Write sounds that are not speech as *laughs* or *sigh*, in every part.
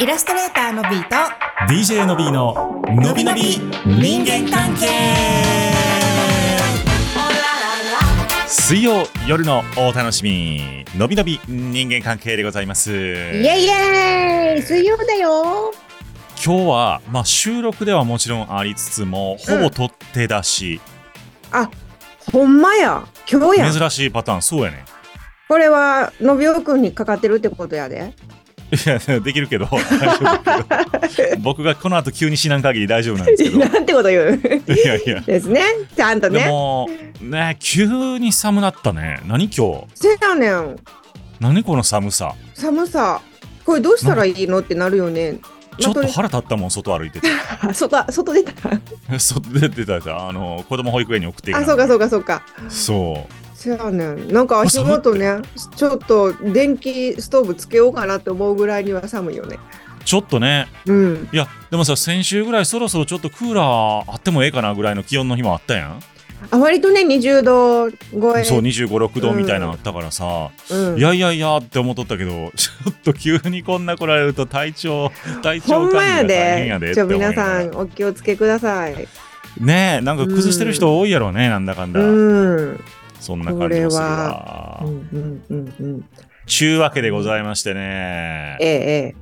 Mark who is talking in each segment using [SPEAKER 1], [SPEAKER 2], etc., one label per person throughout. [SPEAKER 1] イラストレーターのビーと
[SPEAKER 2] DJ のびーののびのび人間関係水曜夜のお楽しみのびのび人間関係でございます
[SPEAKER 1] イエイイエイ水曜だよ
[SPEAKER 2] 今日はまあ収録ではもちろんありつつもほぼ取って出し、
[SPEAKER 1] あほんまや今日や
[SPEAKER 2] 珍しいパターンそうやね
[SPEAKER 1] これはのびおくんにかかってるってことやで
[SPEAKER 2] いやできるけど大丈夫だけど僕がこの後急に死なん限り大丈夫なんですけどい
[SPEAKER 1] *laughs* なんてこと言う
[SPEAKER 2] やいや
[SPEAKER 1] ですねちゃんと
[SPEAKER 2] で
[SPEAKER 1] ね
[SPEAKER 2] もね急に寒なったね何今日
[SPEAKER 1] せやねん
[SPEAKER 2] 何この寒さ
[SPEAKER 1] 寒さこれどうしたらいいのってなるよね
[SPEAKER 2] ちょっと
[SPEAKER 1] ま
[SPEAKER 2] 腹立ったもん外歩
[SPEAKER 1] *laughs*
[SPEAKER 2] いてて
[SPEAKER 1] あとりあえず外外出た
[SPEAKER 2] 外出てたやつあの子供保育園に送っていく
[SPEAKER 1] あ
[SPEAKER 2] の
[SPEAKER 1] そうかそうかそうか
[SPEAKER 2] そう
[SPEAKER 1] せやねんなんか足元ねちょっと電気ストーブつけようかなって思うぐらいには寒いよね
[SPEAKER 2] ちょっとね
[SPEAKER 1] うん
[SPEAKER 2] いやでもさ先週ぐらいそろそろちょっとクーラーあってもええかなぐらいの気温の日もあったやん、
[SPEAKER 1] あ割とね20度超え
[SPEAKER 2] そう2 5 6度みたいなのあったからさ、
[SPEAKER 1] うん
[SPEAKER 2] いやいやいやって思っとったけどちょっと急にこんな来られると体
[SPEAKER 1] *laughs*
[SPEAKER 2] 調体
[SPEAKER 1] ほ
[SPEAKER 2] 調
[SPEAKER 1] んまや
[SPEAKER 2] 管理が大変や
[SPEAKER 1] で
[SPEAKER 2] でっ
[SPEAKER 1] ち
[SPEAKER 2] て
[SPEAKER 1] ょ
[SPEAKER 2] 思いな
[SPEAKER 1] 皆
[SPEAKER 2] が
[SPEAKER 1] さ
[SPEAKER 2] ら
[SPEAKER 1] んお気をつけください
[SPEAKER 2] ねえなんか崩してる人多いやろうね、なんだかん
[SPEAKER 1] う
[SPEAKER 2] だ、
[SPEAKER 1] んうん
[SPEAKER 2] そんな感じもするわ
[SPEAKER 1] うんうんうん
[SPEAKER 2] ちゅうわけでございましてね
[SPEAKER 1] ええええ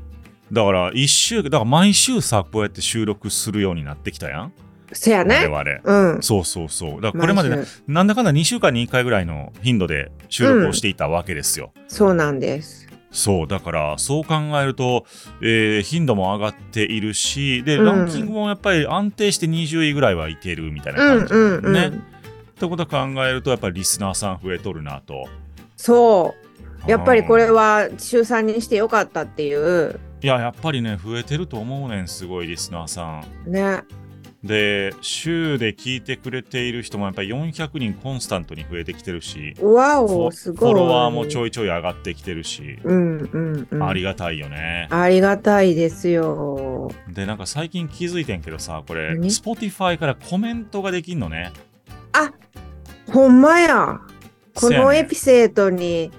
[SPEAKER 2] だから一週だから毎週さこうやって収録するようになってきたやん
[SPEAKER 1] せやね
[SPEAKER 2] 我々
[SPEAKER 1] うん
[SPEAKER 2] そうそうそうだからこれまでね
[SPEAKER 1] 毎週
[SPEAKER 2] なんだかんだ2週間に1回ぐらいの頻度で収録をしていたわけですよ、
[SPEAKER 1] そうなんです
[SPEAKER 2] そうだからそう考えると、えー頻度も上がっているしで
[SPEAKER 1] うん
[SPEAKER 2] ランキングもやっぱり安定して20位ぐらいはいけるみたいな
[SPEAKER 1] うん
[SPEAKER 2] 感じ、
[SPEAKER 1] うんうん、
[SPEAKER 2] ねってことを考えるとやっぱりリスナーさん増えとるなと
[SPEAKER 1] そうやっぱりこれは週3にしてよかったっていう
[SPEAKER 2] いややっぱりね増えてると思うねんすごいリスナーさん
[SPEAKER 1] ね
[SPEAKER 2] で週で聞いてくれている人もやっぱり400人コンスタントに増えてきてるし
[SPEAKER 1] わ
[SPEAKER 2] フ
[SPEAKER 1] お
[SPEAKER 2] ォ
[SPEAKER 1] す
[SPEAKER 2] フ
[SPEAKER 1] ごい
[SPEAKER 2] ォロワーもち
[SPEAKER 1] い
[SPEAKER 2] ょいちょい上がってきてるし、
[SPEAKER 1] うんうんうん
[SPEAKER 2] ありがたいよね
[SPEAKER 1] ありがたいですよ
[SPEAKER 2] でなんか最近気づいてんけどさこれ
[SPEAKER 1] 何
[SPEAKER 2] Spotify からコメントができんのね
[SPEAKER 1] ほんまやこの
[SPEAKER 2] せや
[SPEAKER 1] エ
[SPEAKER 2] ね
[SPEAKER 1] ピセードに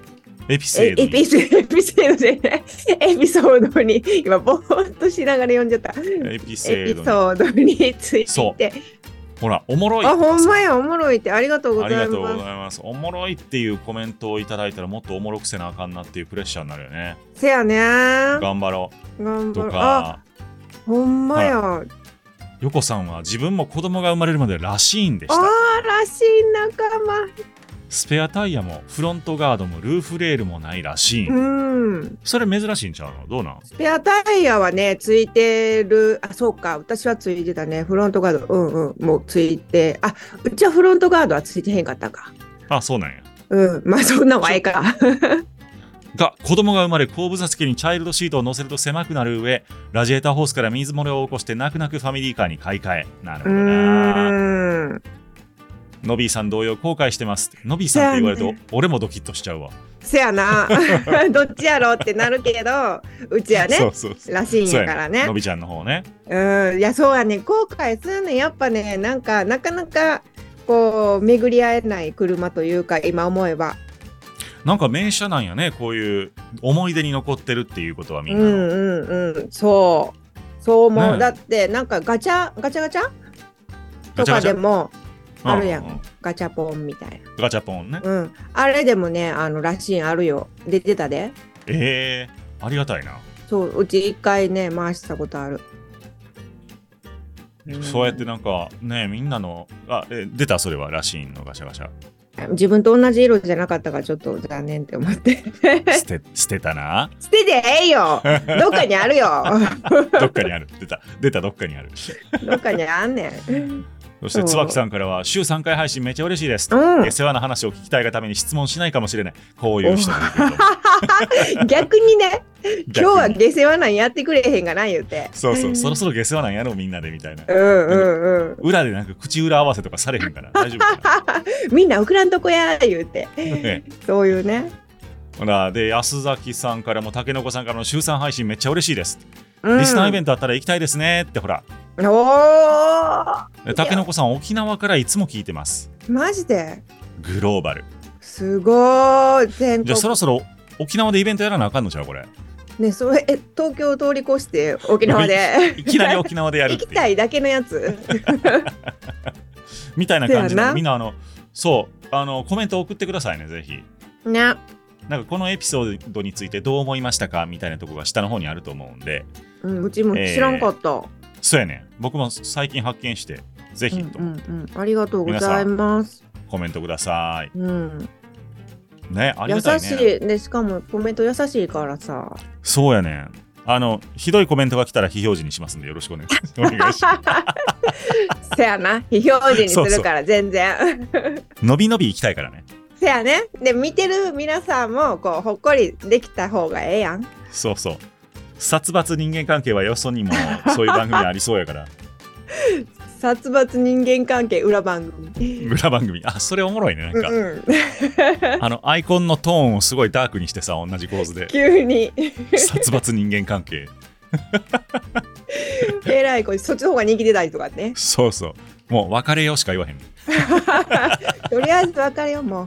[SPEAKER 2] エピセ
[SPEAKER 1] え
[SPEAKER 2] ード
[SPEAKER 1] エピ
[SPEAKER 2] に
[SPEAKER 1] ソエピソードじゃない *laughs* エピソードに今ぼーっとしながら読んじゃったエ
[SPEAKER 2] エピセ
[SPEAKER 1] ピ
[SPEAKER 2] ー
[SPEAKER 1] ソ
[SPEAKER 2] ドに
[SPEAKER 1] ードについ
[SPEAKER 2] そ
[SPEAKER 1] て
[SPEAKER 2] ほらおもろい
[SPEAKER 1] あほんまやおもろいってありがとうご
[SPEAKER 2] あり
[SPEAKER 1] ざ
[SPEAKER 2] が
[SPEAKER 1] い
[SPEAKER 2] とうござい
[SPEAKER 1] ま
[SPEAKER 2] ますおもろいっていうコメントをいただいたらもっとおもろくせなあかんなっていうプレッシャーになるよね
[SPEAKER 1] すせやね頑
[SPEAKER 2] 頑張ろう
[SPEAKER 1] 張
[SPEAKER 2] と
[SPEAKER 1] るあ
[SPEAKER 2] か
[SPEAKER 1] ほんまや
[SPEAKER 2] ヨコさんは自分も子供が生まれるまでらしいんでした
[SPEAKER 1] あらしい仲間
[SPEAKER 2] スペアタイヤもフロントガードもルーフレールもないらしい、
[SPEAKER 1] うん
[SPEAKER 2] それ珍しいんちゃうのどうなん
[SPEAKER 1] スペアタイヤはねついてるあそうか私はついてたねフロントガードうんうんもうついてあうちはフロントガードはついてへんかったか
[SPEAKER 2] あそうなんや
[SPEAKER 1] うんまあそんなんはええか
[SPEAKER 2] が子供が生まれ後部座席にチャイルドシートを乗せると狭くなる上ラジエーターホースから水漏れを起こして泣く泣くファミリーカーに買い替えなる
[SPEAKER 1] う
[SPEAKER 2] ほどな
[SPEAKER 1] ーん
[SPEAKER 2] ノビーさん同様後悔してますノビーさんって言われ
[SPEAKER 1] そ
[SPEAKER 2] る
[SPEAKER 1] うや
[SPEAKER 2] と俺もドキッとしちゃうわ
[SPEAKER 1] せ
[SPEAKER 2] *laughs*
[SPEAKER 1] やなどっちやろうってなるけどうち
[SPEAKER 2] そ
[SPEAKER 1] はね
[SPEAKER 2] うそうそう
[SPEAKER 1] らしいん
[SPEAKER 2] そう
[SPEAKER 1] や
[SPEAKER 2] や
[SPEAKER 1] から
[SPEAKER 2] ね
[SPEAKER 1] ね
[SPEAKER 2] のびちゃんの方ね
[SPEAKER 1] うんいやそうやね後悔するねやっぱねなんかなかなかこう巡り合えない車というか今思えば
[SPEAKER 2] なんか名車なんやねこういう思い出に残ってるっていうことはみ
[SPEAKER 1] うん
[SPEAKER 2] なの、
[SPEAKER 1] んうんうんそうそう思う、
[SPEAKER 2] ねえ
[SPEAKER 1] だってなんかガチャガチャガチャと
[SPEAKER 2] ガチャ
[SPEAKER 1] か
[SPEAKER 2] ガチ
[SPEAKER 1] で
[SPEAKER 2] ャ
[SPEAKER 1] もあるやん
[SPEAKER 2] ううう
[SPEAKER 1] ガチャポンみたい
[SPEAKER 2] ガチャポンね
[SPEAKER 1] なうんあれでもねあのらしいんあるよ出てたで
[SPEAKER 2] えー、ありがたいな
[SPEAKER 1] そううち一回ね回したことある、ん
[SPEAKER 2] そうやってなんかねみんなのあえ出たそれはらしいのガシャガシャ
[SPEAKER 1] 自分と同じ色じゃなかったからちょっと残念って思って *laughs*
[SPEAKER 2] 捨て捨てたな
[SPEAKER 1] 捨ててええよどっかにあるよ
[SPEAKER 2] どっかにある出た出たどっかにある
[SPEAKER 1] どっかにあん *laughs* ねん
[SPEAKER 2] そして椿さんからは週3回配信めちゃ嬉しいです、
[SPEAKER 1] うん
[SPEAKER 2] え世話の話を聞きたいがために質問しないかもしれないこういう人もいるけど
[SPEAKER 1] 逆にね *laughs* 今日は
[SPEAKER 2] 逆に
[SPEAKER 1] 下世話なんやってくれへんかな言うて
[SPEAKER 2] そうそうそろそろ下世話なんやろみんなでみたいな
[SPEAKER 1] うんうんうん *laughs*
[SPEAKER 2] 裏でなんか口裏合わせとかされへんから大丈夫か
[SPEAKER 1] みんな送らんとこや言うて
[SPEAKER 2] な、ね、
[SPEAKER 1] そういうね
[SPEAKER 2] ほらで安崎さんからも竹の子さんからの週3配信めっちゃ嬉しいです、
[SPEAKER 1] うん
[SPEAKER 2] リスナーイベントあったら行きたいですねってほら
[SPEAKER 1] おー
[SPEAKER 2] で竹の子さん沖縄からいつも聞いてます
[SPEAKER 1] マジで
[SPEAKER 2] グローバル
[SPEAKER 1] すごい全
[SPEAKER 2] じゃ
[SPEAKER 1] 国
[SPEAKER 2] あ
[SPEAKER 1] *laughs*
[SPEAKER 2] そろそろ沖縄でイベントやらなあかんのちゃうこれ
[SPEAKER 1] ね、それ、え、東京を通り越して沖縄で
[SPEAKER 2] いきなり沖縄でやるって
[SPEAKER 1] 行き
[SPEAKER 2] いう
[SPEAKER 1] たいだけのやつ。
[SPEAKER 2] みたいな感じ
[SPEAKER 1] そう
[SPEAKER 2] で
[SPEAKER 1] やな
[SPEAKER 2] みんなあのそうあのコメント送ってくださいねぜひ
[SPEAKER 1] ね。
[SPEAKER 2] なんかこのエピソードについてどう思いましたかみたいなとこが下の方にあると思うんで
[SPEAKER 1] うん、うちも知らんかった。
[SPEAKER 2] そうやねん僕も最近発見してぜひと
[SPEAKER 1] うんうんうん、ありがとうございます。
[SPEAKER 2] コメントください、
[SPEAKER 1] うん、
[SPEAKER 2] ねあり
[SPEAKER 1] 優
[SPEAKER 2] がたい
[SPEAKER 1] し
[SPEAKER 2] ね
[SPEAKER 1] いね、しかもコメント優しいからさ。
[SPEAKER 2] そうやねんあのひどいコメントが来たら非表示にしますんでよろしくお願いお願いし
[SPEAKER 1] *laughs*
[SPEAKER 2] ます
[SPEAKER 1] せやな、非表示にするから全然。
[SPEAKER 2] 伸び伸び行きたいからね
[SPEAKER 1] せやね、で見てる皆さんもこうほっこりできた方がええやん。
[SPEAKER 2] そうそう殺伐人間関係はよそにもそういう番組ありそうや
[SPEAKER 1] *laughs*
[SPEAKER 2] から
[SPEAKER 1] 殺伐人間関係裏番組。
[SPEAKER 2] 裏番組あそれおもろいねなん
[SPEAKER 1] うん
[SPEAKER 2] か、
[SPEAKER 1] うん、
[SPEAKER 2] あのアイコンのトーンをすごいダークにしてさ同じ構
[SPEAKER 1] *laughs*
[SPEAKER 2] 図で
[SPEAKER 1] 急に
[SPEAKER 2] 殺伐人間関係
[SPEAKER 1] えらい子そっちの方が人気出たりとかね
[SPEAKER 2] そうそうもう別れようしか言わへん
[SPEAKER 1] とりあえず別れようも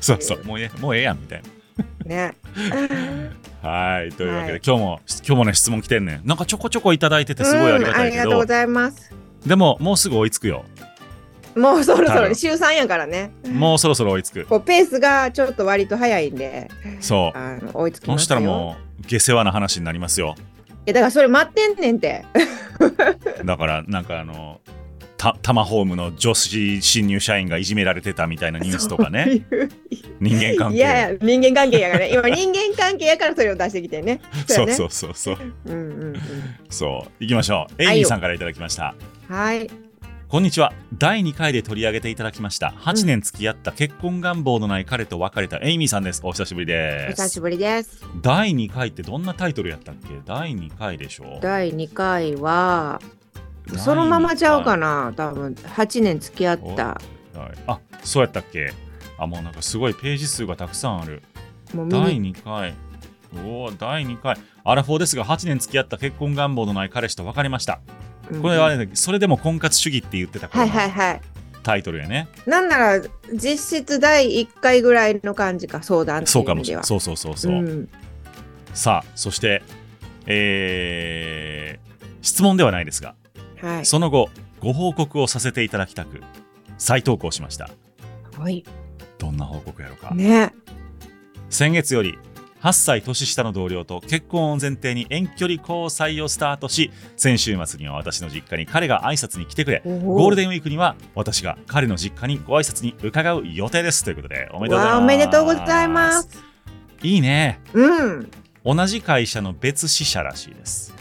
[SPEAKER 2] そうそうもうええもうええやんみたいう
[SPEAKER 1] ね
[SPEAKER 2] なはいというわけで、
[SPEAKER 1] はい
[SPEAKER 2] 今日も今日もね質問来てんねんなんかちょこちょこいただいててすごいありがたい
[SPEAKER 1] うんあり
[SPEAKER 2] け
[SPEAKER 1] がとう
[SPEAKER 2] ど、
[SPEAKER 1] ございます
[SPEAKER 2] でももうすぐ追いつくよ
[SPEAKER 1] もうそろそ
[SPEAKER 2] 多
[SPEAKER 1] ろ
[SPEAKER 2] 分
[SPEAKER 1] 週3やからね
[SPEAKER 2] もうそろそろ追いつく
[SPEAKER 1] こうペースがちょっと割と早いんで
[SPEAKER 2] そ
[SPEAKER 1] あの追いつ
[SPEAKER 2] う
[SPEAKER 1] き
[SPEAKER 2] そ
[SPEAKER 1] ますよ
[SPEAKER 2] したらもう下世話な話になりますよ
[SPEAKER 1] いやだからそれ待ってんねんて
[SPEAKER 2] だからなんかあのたタマホームの女子新入社員がいじめられてたみたいなニュースとかね
[SPEAKER 1] *laughs*
[SPEAKER 2] 人間関係
[SPEAKER 1] いやいや人間関係やからね今人間関係やからそれを出してきてね
[SPEAKER 2] そうそ
[SPEAKER 1] うやね
[SPEAKER 2] うそうそう
[SPEAKER 1] うんうんうん
[SPEAKER 2] そう行きましょうエイ
[SPEAKER 1] はいよ
[SPEAKER 2] ミーさんからいただきました
[SPEAKER 1] はい
[SPEAKER 2] こんにちは第2回で取り上げていただきました8年付き合った結婚願望のない彼と別れたエイミーさんですお久しぶり
[SPEAKER 1] お
[SPEAKER 2] です
[SPEAKER 1] 久しぶりです
[SPEAKER 2] 第2回ってどんなタイトルやったっけ第2回でしょ
[SPEAKER 1] 第2回はそのままちゃうかな多分8年付き合った
[SPEAKER 2] はいあそうやったっけあもうなんかすごいページ数がたくさんある
[SPEAKER 1] もう見
[SPEAKER 2] 第
[SPEAKER 1] に
[SPEAKER 2] 2回おお第2回アラフォーですが8年付き合った結婚願望のない彼氏と別れました
[SPEAKER 1] うん
[SPEAKER 2] これは、ね、それでも婚活主義って言ってたか
[SPEAKER 1] はい
[SPEAKER 2] ら
[SPEAKER 1] はいはい
[SPEAKER 2] タイトルやね、
[SPEAKER 1] なんなら実質第1回ぐらいの感じか相談ってい
[SPEAKER 2] そうう
[SPEAKER 1] 意
[SPEAKER 2] かも
[SPEAKER 1] 味
[SPEAKER 2] しれ
[SPEAKER 1] で
[SPEAKER 2] な
[SPEAKER 1] はい
[SPEAKER 2] そうそうそうそう、
[SPEAKER 1] うん
[SPEAKER 2] さあそしてえー質問ではないですが、
[SPEAKER 1] はい
[SPEAKER 2] その後ご報告をさせていただきたく再投稿しました
[SPEAKER 1] はい
[SPEAKER 2] どんな報告やろうか、
[SPEAKER 1] ね
[SPEAKER 2] 先月より8歳年下の同僚と結婚を前提に遠距離交際をスタートし先週末には私の実家に彼が挨拶に来てくれゴールデンウィークには私が彼の実家にご挨拶に伺う予定ですということでおめでとうございます
[SPEAKER 1] わあおめでとうございます
[SPEAKER 2] いいね
[SPEAKER 1] うん
[SPEAKER 2] 同じ会社の別支社らしいです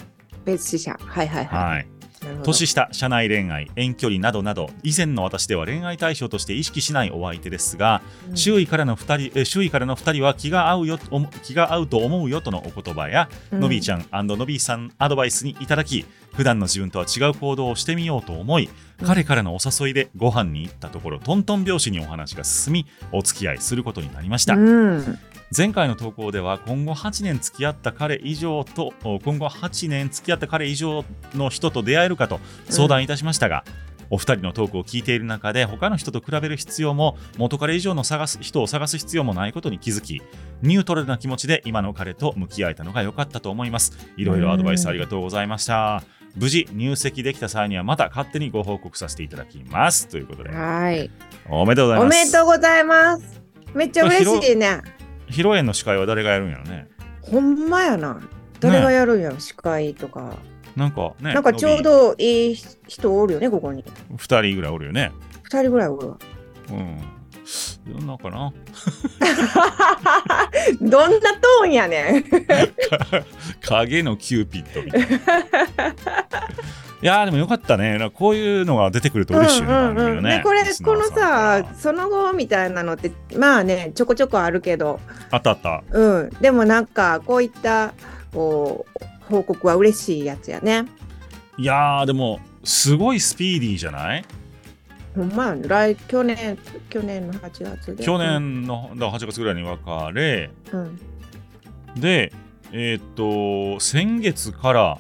[SPEAKER 1] 別支社はいはいはい、
[SPEAKER 2] はい
[SPEAKER 1] なるほど
[SPEAKER 2] 年下社内恋愛遠距離などなど以前の私では恋愛対象として意識しないお相手ですが
[SPEAKER 1] うん
[SPEAKER 2] 周囲からの二人え周囲からの2人は気が合うよおも気が合うと思うよとのお言葉や
[SPEAKER 1] うん
[SPEAKER 2] のびーちゃんのびーさんアドバイスにいただき普段の自分とは違う行動をしてみようと思い
[SPEAKER 1] うん
[SPEAKER 2] 彼からのお誘いでご飯に行ったところトントン拍子にお話が進みお付き合いすることになりました
[SPEAKER 1] うん
[SPEAKER 2] 前回の投稿では今後8年付き合った彼以上とお今後8年付き合った彼以上の人と出会えるかと相談いたしましたが、お二人のトークを聞いている中で他の人と比べる必要も元彼以上の探す人を探す必要もないことに気づきニュートラルな気持ちで今の彼と向き合えたのが良かったと思いますいろいろアドバイスありがとうございました無事入籍できた際にはまた勝手にご報告させていただきますということで
[SPEAKER 1] はい
[SPEAKER 2] おめでとうござい
[SPEAKER 1] お
[SPEAKER 2] ま
[SPEAKER 1] めですとうございますめっちゃ嬉しいね
[SPEAKER 2] 披露宴の司会は誰がやるんやろね
[SPEAKER 1] ほんまやな誰がやるんやろ、司会とか
[SPEAKER 2] なんかね
[SPEAKER 1] なんかちょうどいい人おるよねここに
[SPEAKER 2] 2人ぐらいおるよね。
[SPEAKER 1] 二人ぐらい
[SPEAKER 2] *laughs*
[SPEAKER 1] おるわ
[SPEAKER 2] うん。どんなか
[SPEAKER 1] *laughs*
[SPEAKER 2] な
[SPEAKER 1] どんなトーンやねん
[SPEAKER 2] 影のキューピッドみたいな。いやーでもよかったね。なんかこういうのが出てくると嬉しいよね。番組のね
[SPEAKER 1] でこれ
[SPEAKER 2] リスナ
[SPEAKER 1] こ
[SPEAKER 2] ー
[SPEAKER 1] の
[SPEAKER 2] んから
[SPEAKER 1] さその後みたいなのってまあねちょこちょこあるけど
[SPEAKER 2] あったあった。
[SPEAKER 1] うんでもなんかこういったこう報告は嬉しいやつやね
[SPEAKER 2] いやーでもすごいスピーディーじゃない
[SPEAKER 1] ほんまやね来去年去年の8月で
[SPEAKER 2] 去、年のだから8月ぐらいに別れ
[SPEAKER 1] うんうん
[SPEAKER 2] でえーっと先月から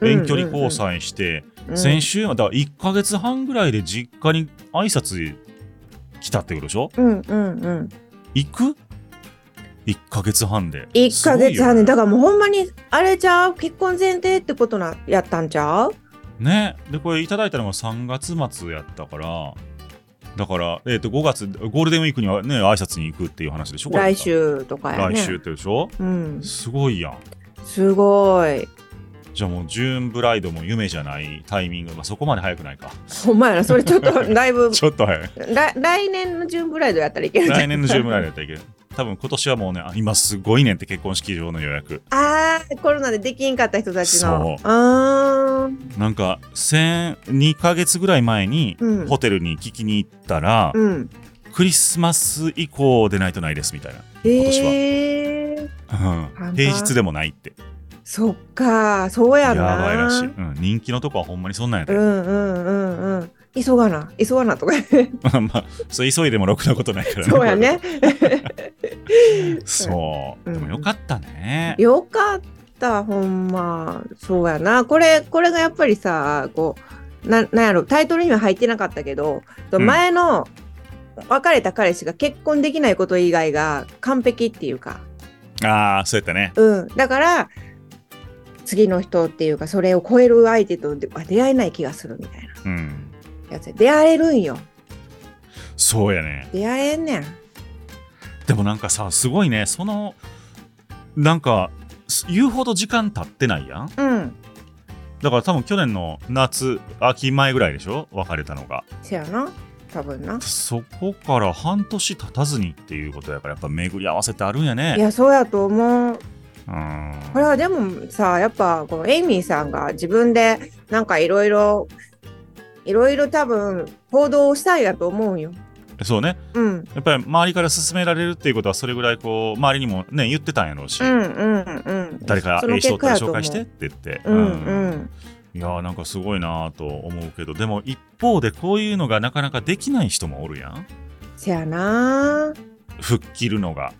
[SPEAKER 2] 遠距離交際して、
[SPEAKER 1] うん
[SPEAKER 2] 先週だから1か月半ぐらいで実家に挨拶来たってことでしょ
[SPEAKER 1] うんうんうん
[SPEAKER 2] 行く1ヶ月半で。
[SPEAKER 1] 1
[SPEAKER 2] す
[SPEAKER 1] ヶ月半
[SPEAKER 2] ごいよ
[SPEAKER 1] で、
[SPEAKER 2] ね
[SPEAKER 1] だからもうほんまにあれちゃう結婚前提ってことなやったんちゃう
[SPEAKER 2] ねでこれいただいたのが3月末やったからだから、えー、と5月ゴールデンウィークにはね挨拶に行くっていう話でしょこれ
[SPEAKER 1] 来週とかや
[SPEAKER 2] 来
[SPEAKER 1] ね
[SPEAKER 2] 週ってでしょ
[SPEAKER 1] うん
[SPEAKER 2] すごいやん
[SPEAKER 1] すごい
[SPEAKER 2] じゃあもうジューンブライドも夢じゃないタイミング、まあ、そこまで早くない
[SPEAKER 1] *laughs*
[SPEAKER 2] か
[SPEAKER 1] ほんまやなそれちょっとだ
[SPEAKER 2] *laughs*
[SPEAKER 1] いぶ
[SPEAKER 2] ちょっと早い
[SPEAKER 1] 来来年のジューンブライドやったらいけるんじゃん
[SPEAKER 2] 来年のジューンブライドやったらいける多分今年はもうねあ今すごいねんって結婚式場の予約
[SPEAKER 1] あーコロナでできんかった人たちの
[SPEAKER 2] そう
[SPEAKER 1] あー
[SPEAKER 2] なんか2ヶ月ぐらい前に
[SPEAKER 1] うん
[SPEAKER 2] ホテルに聞きに行ったら、
[SPEAKER 1] うん
[SPEAKER 2] クリスマス以降でないとないですみたいな、年は
[SPEAKER 1] へえー、
[SPEAKER 2] うん平日でもないって
[SPEAKER 1] そっかそうやな
[SPEAKER 2] やばいらしい、うん、人気のとこはほんまにそんなんや
[SPEAKER 1] う
[SPEAKER 2] で、
[SPEAKER 1] んうんうんうん急がな急がなとか *laughs*
[SPEAKER 2] まあそう急いでもろくなことないから
[SPEAKER 1] そう
[SPEAKER 2] *laughs*
[SPEAKER 1] やね
[SPEAKER 2] そう
[SPEAKER 1] うん
[SPEAKER 2] でもよかったね、
[SPEAKER 1] *laughs* よかったほんまそうやなこれこれがやっぱりさこうななんやろタイトルには入ってなかったけど、
[SPEAKER 2] うん
[SPEAKER 1] 前の別れた彼氏が結婚できないこと以外が完璧っていうか、
[SPEAKER 2] ああそうやったね
[SPEAKER 1] うん、だから次の人っていうかそれを超える相手とであ出会えない気がするみたいな
[SPEAKER 2] うん
[SPEAKER 1] やつや出会えるんよ
[SPEAKER 2] そうやね
[SPEAKER 1] 出会えんねん
[SPEAKER 2] でもなんかさすごいねそのなんかす言うほど時間経ってないやん
[SPEAKER 1] うん
[SPEAKER 2] だから多分去年の夏秋前ぐらいでしょ別れたのが
[SPEAKER 1] せやな多分な
[SPEAKER 2] そこから半年経たずにっていうことやからやっぱ巡り合わせってあるんや
[SPEAKER 1] い
[SPEAKER 2] ね
[SPEAKER 1] やそうやと思う
[SPEAKER 2] うん
[SPEAKER 1] これはでもさやっぱこのエイミーさんが自分でなんかいろいろいろいろ多分行動をしたいだと思うよ。
[SPEAKER 2] そうね
[SPEAKER 1] うん
[SPEAKER 2] やっぱり周りから勧められるっていうことはそれぐらいこう周りにもね言ってたんやろうし、
[SPEAKER 1] うんうんうん。
[SPEAKER 2] 誰か
[SPEAKER 1] そ
[SPEAKER 2] え
[SPEAKER 1] の
[SPEAKER 2] え人おった
[SPEAKER 1] 結果
[SPEAKER 2] ら
[SPEAKER 1] や
[SPEAKER 2] 紹
[SPEAKER 1] と思う
[SPEAKER 2] 介してっ。て言って、
[SPEAKER 1] うん
[SPEAKER 2] うん
[SPEAKER 1] うん。
[SPEAKER 2] いやーなんかすごいなーと思うけどでも一方でこういうのがなかなかできない人もおるやん
[SPEAKER 1] せやな
[SPEAKER 2] 吹っ切るのが、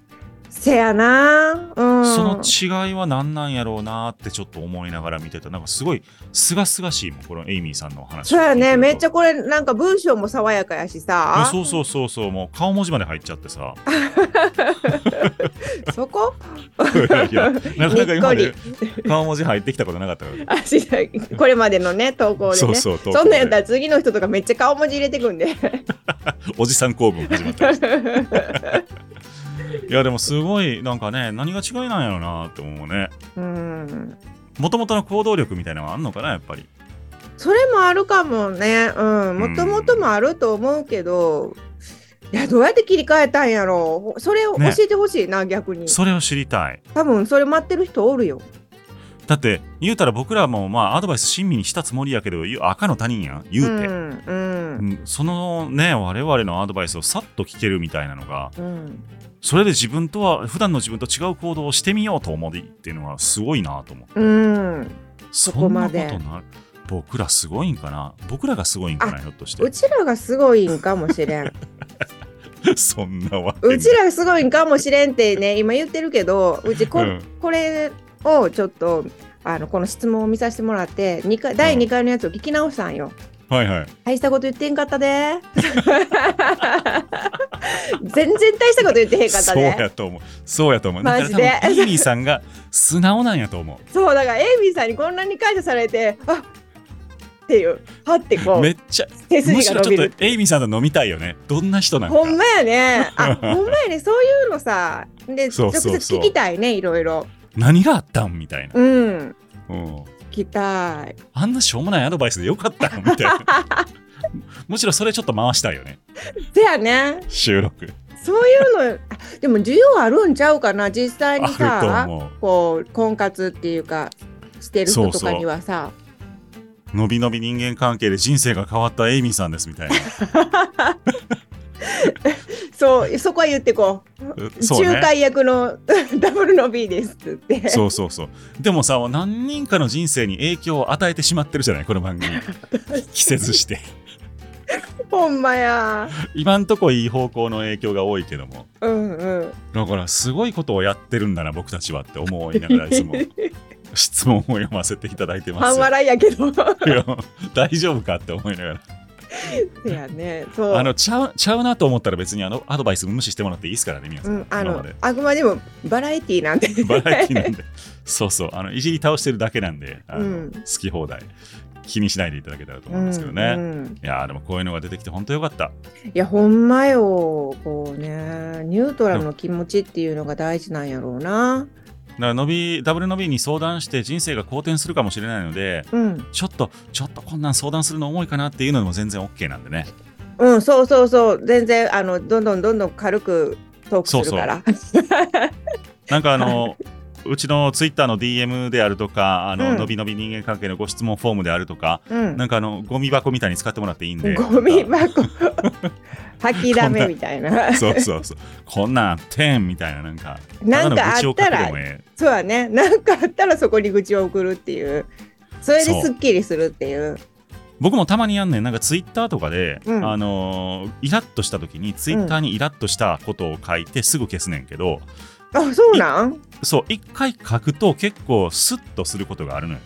[SPEAKER 1] せやなうん。
[SPEAKER 2] その違いは何なんやろうなーってちょっと思いながら見てたなんかすごい清々しいもんこのエイミーさんのお話
[SPEAKER 1] そうやねめっちゃ
[SPEAKER 2] い
[SPEAKER 1] これなんか文章も爽やかやし
[SPEAKER 2] や
[SPEAKER 1] さ
[SPEAKER 2] そうそうそうそうもう顔文字まで入っちゃって
[SPEAKER 1] *laughs*
[SPEAKER 2] さ
[SPEAKER 1] そこ
[SPEAKER 2] いやなかなか今ま
[SPEAKER 1] に
[SPEAKER 2] で
[SPEAKER 1] っ
[SPEAKER 2] 顔文字入ってきたことなかったから、
[SPEAKER 1] あしこれまでのね投稿で
[SPEAKER 2] そう
[SPEAKER 1] ね。
[SPEAKER 2] そう
[SPEAKER 1] そんなんやっ
[SPEAKER 2] 投
[SPEAKER 1] たら次の人とかめっちゃ顔文字入れてくんで。
[SPEAKER 2] 稿でおじさん構文始まったいやでもすごいなんかね何が違いなんやろなって思うね
[SPEAKER 1] うん
[SPEAKER 2] もともとの行動力みたいなのはあんのかなやっぱり
[SPEAKER 1] それもあるかもね。うん。
[SPEAKER 2] うん
[SPEAKER 1] もともともあると思うけど、いや、どうやって切り替えたんやろう。それを教
[SPEAKER 2] ね
[SPEAKER 1] えてほしいな、逆に。
[SPEAKER 2] それを知りたい
[SPEAKER 1] 多分それ待ってる人おるよ。
[SPEAKER 2] だって言うたら僕らもまあアドバイス親身にしたつもりやけど言う赤の他人やん言うて、
[SPEAKER 1] ん。うん。
[SPEAKER 2] うんそのね我々のアドバイスをさっと聞けるみたいなのが
[SPEAKER 1] うん、
[SPEAKER 2] それで自分とは普段の自分と違う行動をしてみようと思いっていうのはすごいなと思う
[SPEAKER 1] うん、
[SPEAKER 2] そ
[SPEAKER 1] こま
[SPEAKER 2] ん
[SPEAKER 1] で
[SPEAKER 2] なことない僕らすごいんかな僕らがすごいんかなひょっとして
[SPEAKER 1] うちらがすごいんかもしれん
[SPEAKER 2] *laughs* そんなわけ *laughs* ないう
[SPEAKER 1] ちらがすごいんかもしれんってね今言ってるけどうちこ,、
[SPEAKER 2] うん
[SPEAKER 1] これをちょっとあのこの質問を見させてもらって二回第2回のやつを聞き直したんよ。
[SPEAKER 2] はいはい
[SPEAKER 1] 大したこと言ってんかったで。全然大したこと言ってへんかった
[SPEAKER 2] そう
[SPEAKER 1] で。
[SPEAKER 2] やと思うそうやと思う
[SPEAKER 1] マジで
[SPEAKER 2] だから多分イーリーさんが素直なんやと思
[SPEAKER 1] そうだからエイミーさんにこんなに感謝されて、あっていう、はってこ
[SPEAKER 2] うめ
[SPEAKER 1] う、
[SPEAKER 2] っちゃ
[SPEAKER 1] 手
[SPEAKER 2] む
[SPEAKER 1] 筋
[SPEAKER 2] し
[SPEAKER 1] が
[SPEAKER 2] ろ
[SPEAKER 1] 伸
[SPEAKER 2] ち
[SPEAKER 1] び
[SPEAKER 2] ょっ
[SPEAKER 1] る。
[SPEAKER 2] とエイミーさんと飲みたいよねどんな人なの
[SPEAKER 1] ほん
[SPEAKER 2] か
[SPEAKER 1] まやね。
[SPEAKER 2] *laughs*
[SPEAKER 1] あ、ほんまやね。そういうのさ、で、
[SPEAKER 2] そう
[SPEAKER 1] 直
[SPEAKER 2] そうそう
[SPEAKER 1] 接聞きたいね、いろいろ。
[SPEAKER 2] 何があったんみたいな、
[SPEAKER 1] うん、
[SPEAKER 2] うん
[SPEAKER 1] 聞きたい。
[SPEAKER 2] あんなしょうもないアドバイスでよかったんみたいな *laughs* むしろそれちょっと回したいよね
[SPEAKER 1] せやね。
[SPEAKER 2] 収録
[SPEAKER 1] そういうの、あでも需要あるんちゃうかな、実際に
[SPEAKER 2] あると
[SPEAKER 1] さ、
[SPEAKER 2] 思
[SPEAKER 1] こう、婚活っていうか、してる人とかにはさ、
[SPEAKER 2] うのびのび人間関係で人生が変わったエイミーさんですみた
[SPEAKER 1] *laughs*
[SPEAKER 2] いな
[SPEAKER 1] そう、そこは言ってこう。
[SPEAKER 2] そう
[SPEAKER 1] 仲
[SPEAKER 2] ね
[SPEAKER 1] 介役の *laughs* ダブルの B ですって言 *laughs* って
[SPEAKER 2] そうそうそうでもさ何人かの人生に影響を与えてしまってるじゃないこの番
[SPEAKER 1] *laughs*
[SPEAKER 2] 組季節して
[SPEAKER 1] ほんまや
[SPEAKER 2] 今んとこいい方向の影響が多いけども
[SPEAKER 1] うんうん
[SPEAKER 2] だからすごいことをやってるんだな僕たちはって思いながらい
[SPEAKER 1] *laughs*
[SPEAKER 2] つも質問を読ませていただいてま
[SPEAKER 1] 半
[SPEAKER 2] す。
[SPEAKER 1] 笑いやけ
[SPEAKER 2] *laughs*
[SPEAKER 1] ど *laughs*
[SPEAKER 2] いや大丈夫かって思いながら
[SPEAKER 1] せやね。そう。
[SPEAKER 2] あのちゃうちゃうなと思ったら別にあのアドバイス無視してもらっていいですからね皆さ、
[SPEAKER 1] うんん、あ
[SPEAKER 2] 今ま
[SPEAKER 1] の
[SPEAKER 2] で
[SPEAKER 1] あくまでもバラエティーなんで
[SPEAKER 2] バラエティなんでそうそうあのいじり倒してるだけなんであの、
[SPEAKER 1] うん
[SPEAKER 2] 好き放題気にしないでいただけたらと思うんですけどね、
[SPEAKER 1] *laughs* うんうん
[SPEAKER 2] いやーでもこういうのが出てきて本当よかった
[SPEAKER 1] いやほんまよこうねニュートラルの気持ちっていうのが大事なんやろうな
[SPEAKER 2] だからのびダブルのびに相談して人生が好転するかもしれないので
[SPEAKER 1] うん
[SPEAKER 2] ちょっとちょっとこんなん相談するの重いかなっていうのも全然 OK なんでね
[SPEAKER 1] うんそうそうそう全然あのどんどんどんどん軽くトークするから *laughs*
[SPEAKER 2] なんかあのうちのツイッターの DM であるとかあの、
[SPEAKER 1] うん
[SPEAKER 2] のびのび人間関係のご質問フォームであるとか
[SPEAKER 1] うん
[SPEAKER 2] なんかあのゴミ箱みたいに使ってもらっていいんで
[SPEAKER 1] ゴミ
[SPEAKER 2] なんか
[SPEAKER 1] 箱 *laughs* 吐きだめみたい
[SPEAKER 2] *laughs*
[SPEAKER 1] な
[SPEAKER 2] そうそうそうこんなんあってんみたいななんか
[SPEAKER 1] なんか
[SPEAKER 2] ただの愚
[SPEAKER 1] あ
[SPEAKER 2] 痴
[SPEAKER 1] っ
[SPEAKER 2] を
[SPEAKER 1] た
[SPEAKER 2] 書くで
[SPEAKER 1] ら
[SPEAKER 2] もええ
[SPEAKER 1] そうだね *laughs* なんかあったらそこに愚痴を送るっていうそれですっきりするっていう
[SPEAKER 2] 僕もたまにやんねんなんかツイッターとかで、
[SPEAKER 1] うん
[SPEAKER 2] あのーイラッとした時にツイッターにイラッとしたことを書いてすぐ消すねんけど、
[SPEAKER 1] あそうなん
[SPEAKER 2] そう一回書くと結構スッとすることがあるのよ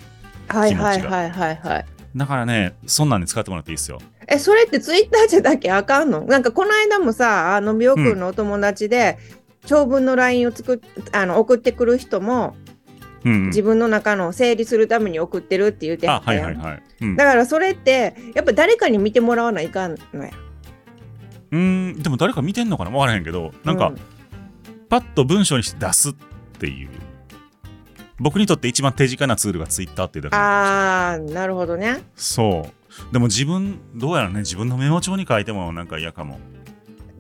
[SPEAKER 1] はいはいはいはいはい
[SPEAKER 2] だからねそんなんで使ってもらっていいですよ
[SPEAKER 1] えそれってツイッターじゃなきゃあかんのなんかこの間もさあの美容君のお友達で、長文の LINE を作っあの送ってくる人も
[SPEAKER 2] うん、うん
[SPEAKER 1] 自、分の中の整理するために送ってるって言うては
[SPEAKER 2] あ
[SPEAKER 1] った
[SPEAKER 2] はい
[SPEAKER 1] やん
[SPEAKER 2] はいはい、うん
[SPEAKER 1] だからそれってやっぱ誰かに見てもらわないかんのや
[SPEAKER 2] うんでも誰か見てんのかな分からへんけどなんか、
[SPEAKER 1] う
[SPEAKER 2] パッと文章にして出すっていう僕にとって一番手近なツールがツイッターっていうだけなんで
[SPEAKER 1] あーなるほどね
[SPEAKER 2] そうでも自分どうやらね自分のメモ帳に書いてもなんか嫌かも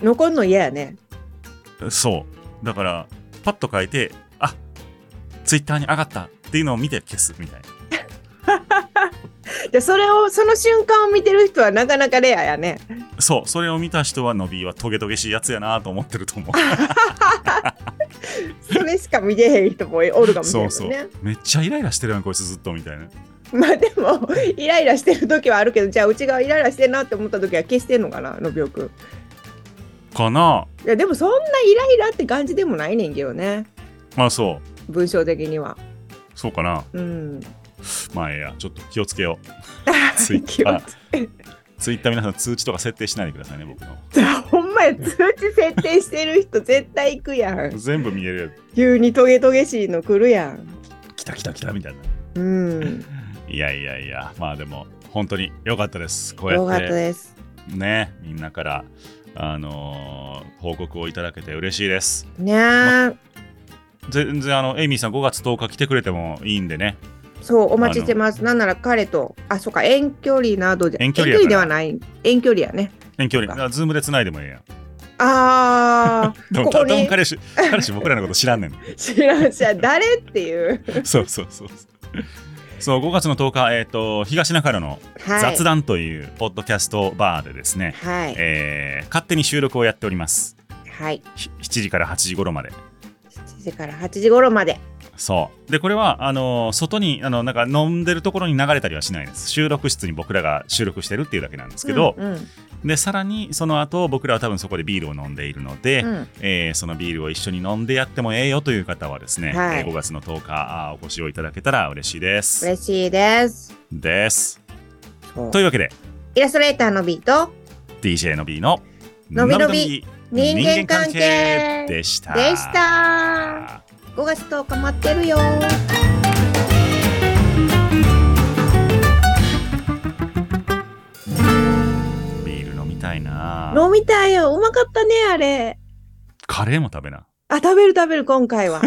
[SPEAKER 1] 残るの嫌やね
[SPEAKER 2] そうだからパッと書いてあツイッターに上がったっていうのを見て消すみたいな
[SPEAKER 1] でそれをその瞬間を見てる人はなかなかレアやね
[SPEAKER 2] そうそれを見た人はのびーはトゲトゲしいやつやなと思ってると思う
[SPEAKER 1] *laughs* それしか見てへん人もおるかもしれないね
[SPEAKER 2] そうそうめっちゃイライラしてるやんこいつずっとみたいな
[SPEAKER 1] まあでもイライラしてる時はあるけどじゃあうちがイライラしてるなって思った時は消してんのかなのびおくん
[SPEAKER 2] かない
[SPEAKER 1] やでもそんなイライラって感じでもないねんけどね
[SPEAKER 2] まあそう
[SPEAKER 1] 文章的には
[SPEAKER 2] そうかな
[SPEAKER 1] うん
[SPEAKER 2] まあええやちょっと気をつけようツイッ
[SPEAKER 1] 気
[SPEAKER 2] タ
[SPEAKER 1] を
[SPEAKER 2] ー
[SPEAKER 1] つけ
[SPEAKER 2] ツイッター皆さん通知とか設定しないでくださいね僕の
[SPEAKER 1] て *laughs* ほんまや通知設定してる人絶対行くやん
[SPEAKER 2] 全部見えるやつ
[SPEAKER 1] 急にトゲトゲしいの来るやん
[SPEAKER 2] 来た来た来たみたいな
[SPEAKER 1] うん
[SPEAKER 2] いやいやいやまあでも本当に良かったですこうや
[SPEAKER 1] よか
[SPEAKER 2] っ
[SPEAKER 1] った
[SPEAKER 2] て
[SPEAKER 1] です
[SPEAKER 2] ねみんなからあのー報告をいただけて嬉しいです
[SPEAKER 1] ねえ
[SPEAKER 2] 全然あのエイミーさん5月10日来てくれてもいいんでね
[SPEAKER 1] そうお待ちしてますなんなら彼とあそうか遠距離などじゃ
[SPEAKER 2] 遠距離やから
[SPEAKER 1] ではない遠距離やね
[SPEAKER 2] 遠距離
[SPEAKER 1] そっか
[SPEAKER 2] あズームで繋いでもええやん
[SPEAKER 1] あ
[SPEAKER 2] でも
[SPEAKER 1] ここに
[SPEAKER 2] 多分彼氏 *laughs* 彼氏僕らのこと知らん
[SPEAKER 1] *laughs*
[SPEAKER 2] ねん
[SPEAKER 1] ー知らんしゃ誰っていう
[SPEAKER 2] そうそうそうそう。そう5月の10日、えー、と東中野の
[SPEAKER 1] はい
[SPEAKER 2] 雑談というポッドキャストバーでですね、
[SPEAKER 1] はい
[SPEAKER 2] えー勝手に収録をやっております。
[SPEAKER 1] はい
[SPEAKER 2] ひ7時から8時頃まで。
[SPEAKER 1] 7時から8時頃まで
[SPEAKER 2] そうでこれはあのー外にあのなんか飲んでるところに流れたりはしないです。収録室に僕らが収録してるっていうだけなんですけど、
[SPEAKER 1] うんうん
[SPEAKER 2] でさらにその後僕らは多分そこでビールを飲んでいるので、
[SPEAKER 1] うん
[SPEAKER 2] えーそのビールを一緒に飲んでやってもええよという方はですね、
[SPEAKER 1] はい
[SPEAKER 2] えー5月の10日あーお越しをいただけたら嬉しいです。
[SPEAKER 1] 嬉しいです。
[SPEAKER 2] です。というわけで
[SPEAKER 1] イラストレーターのビート
[SPEAKER 2] DJ の B の
[SPEAKER 1] のびのび
[SPEAKER 2] のびのび
[SPEAKER 1] 人間関係
[SPEAKER 2] でした
[SPEAKER 1] でした。5月10日待ってるよ。
[SPEAKER 2] ビール飲みたいな
[SPEAKER 1] 飲みたいよ。うまかったね、あれ。
[SPEAKER 2] カレーも食べな
[SPEAKER 1] あ、食べる食べる、今回は。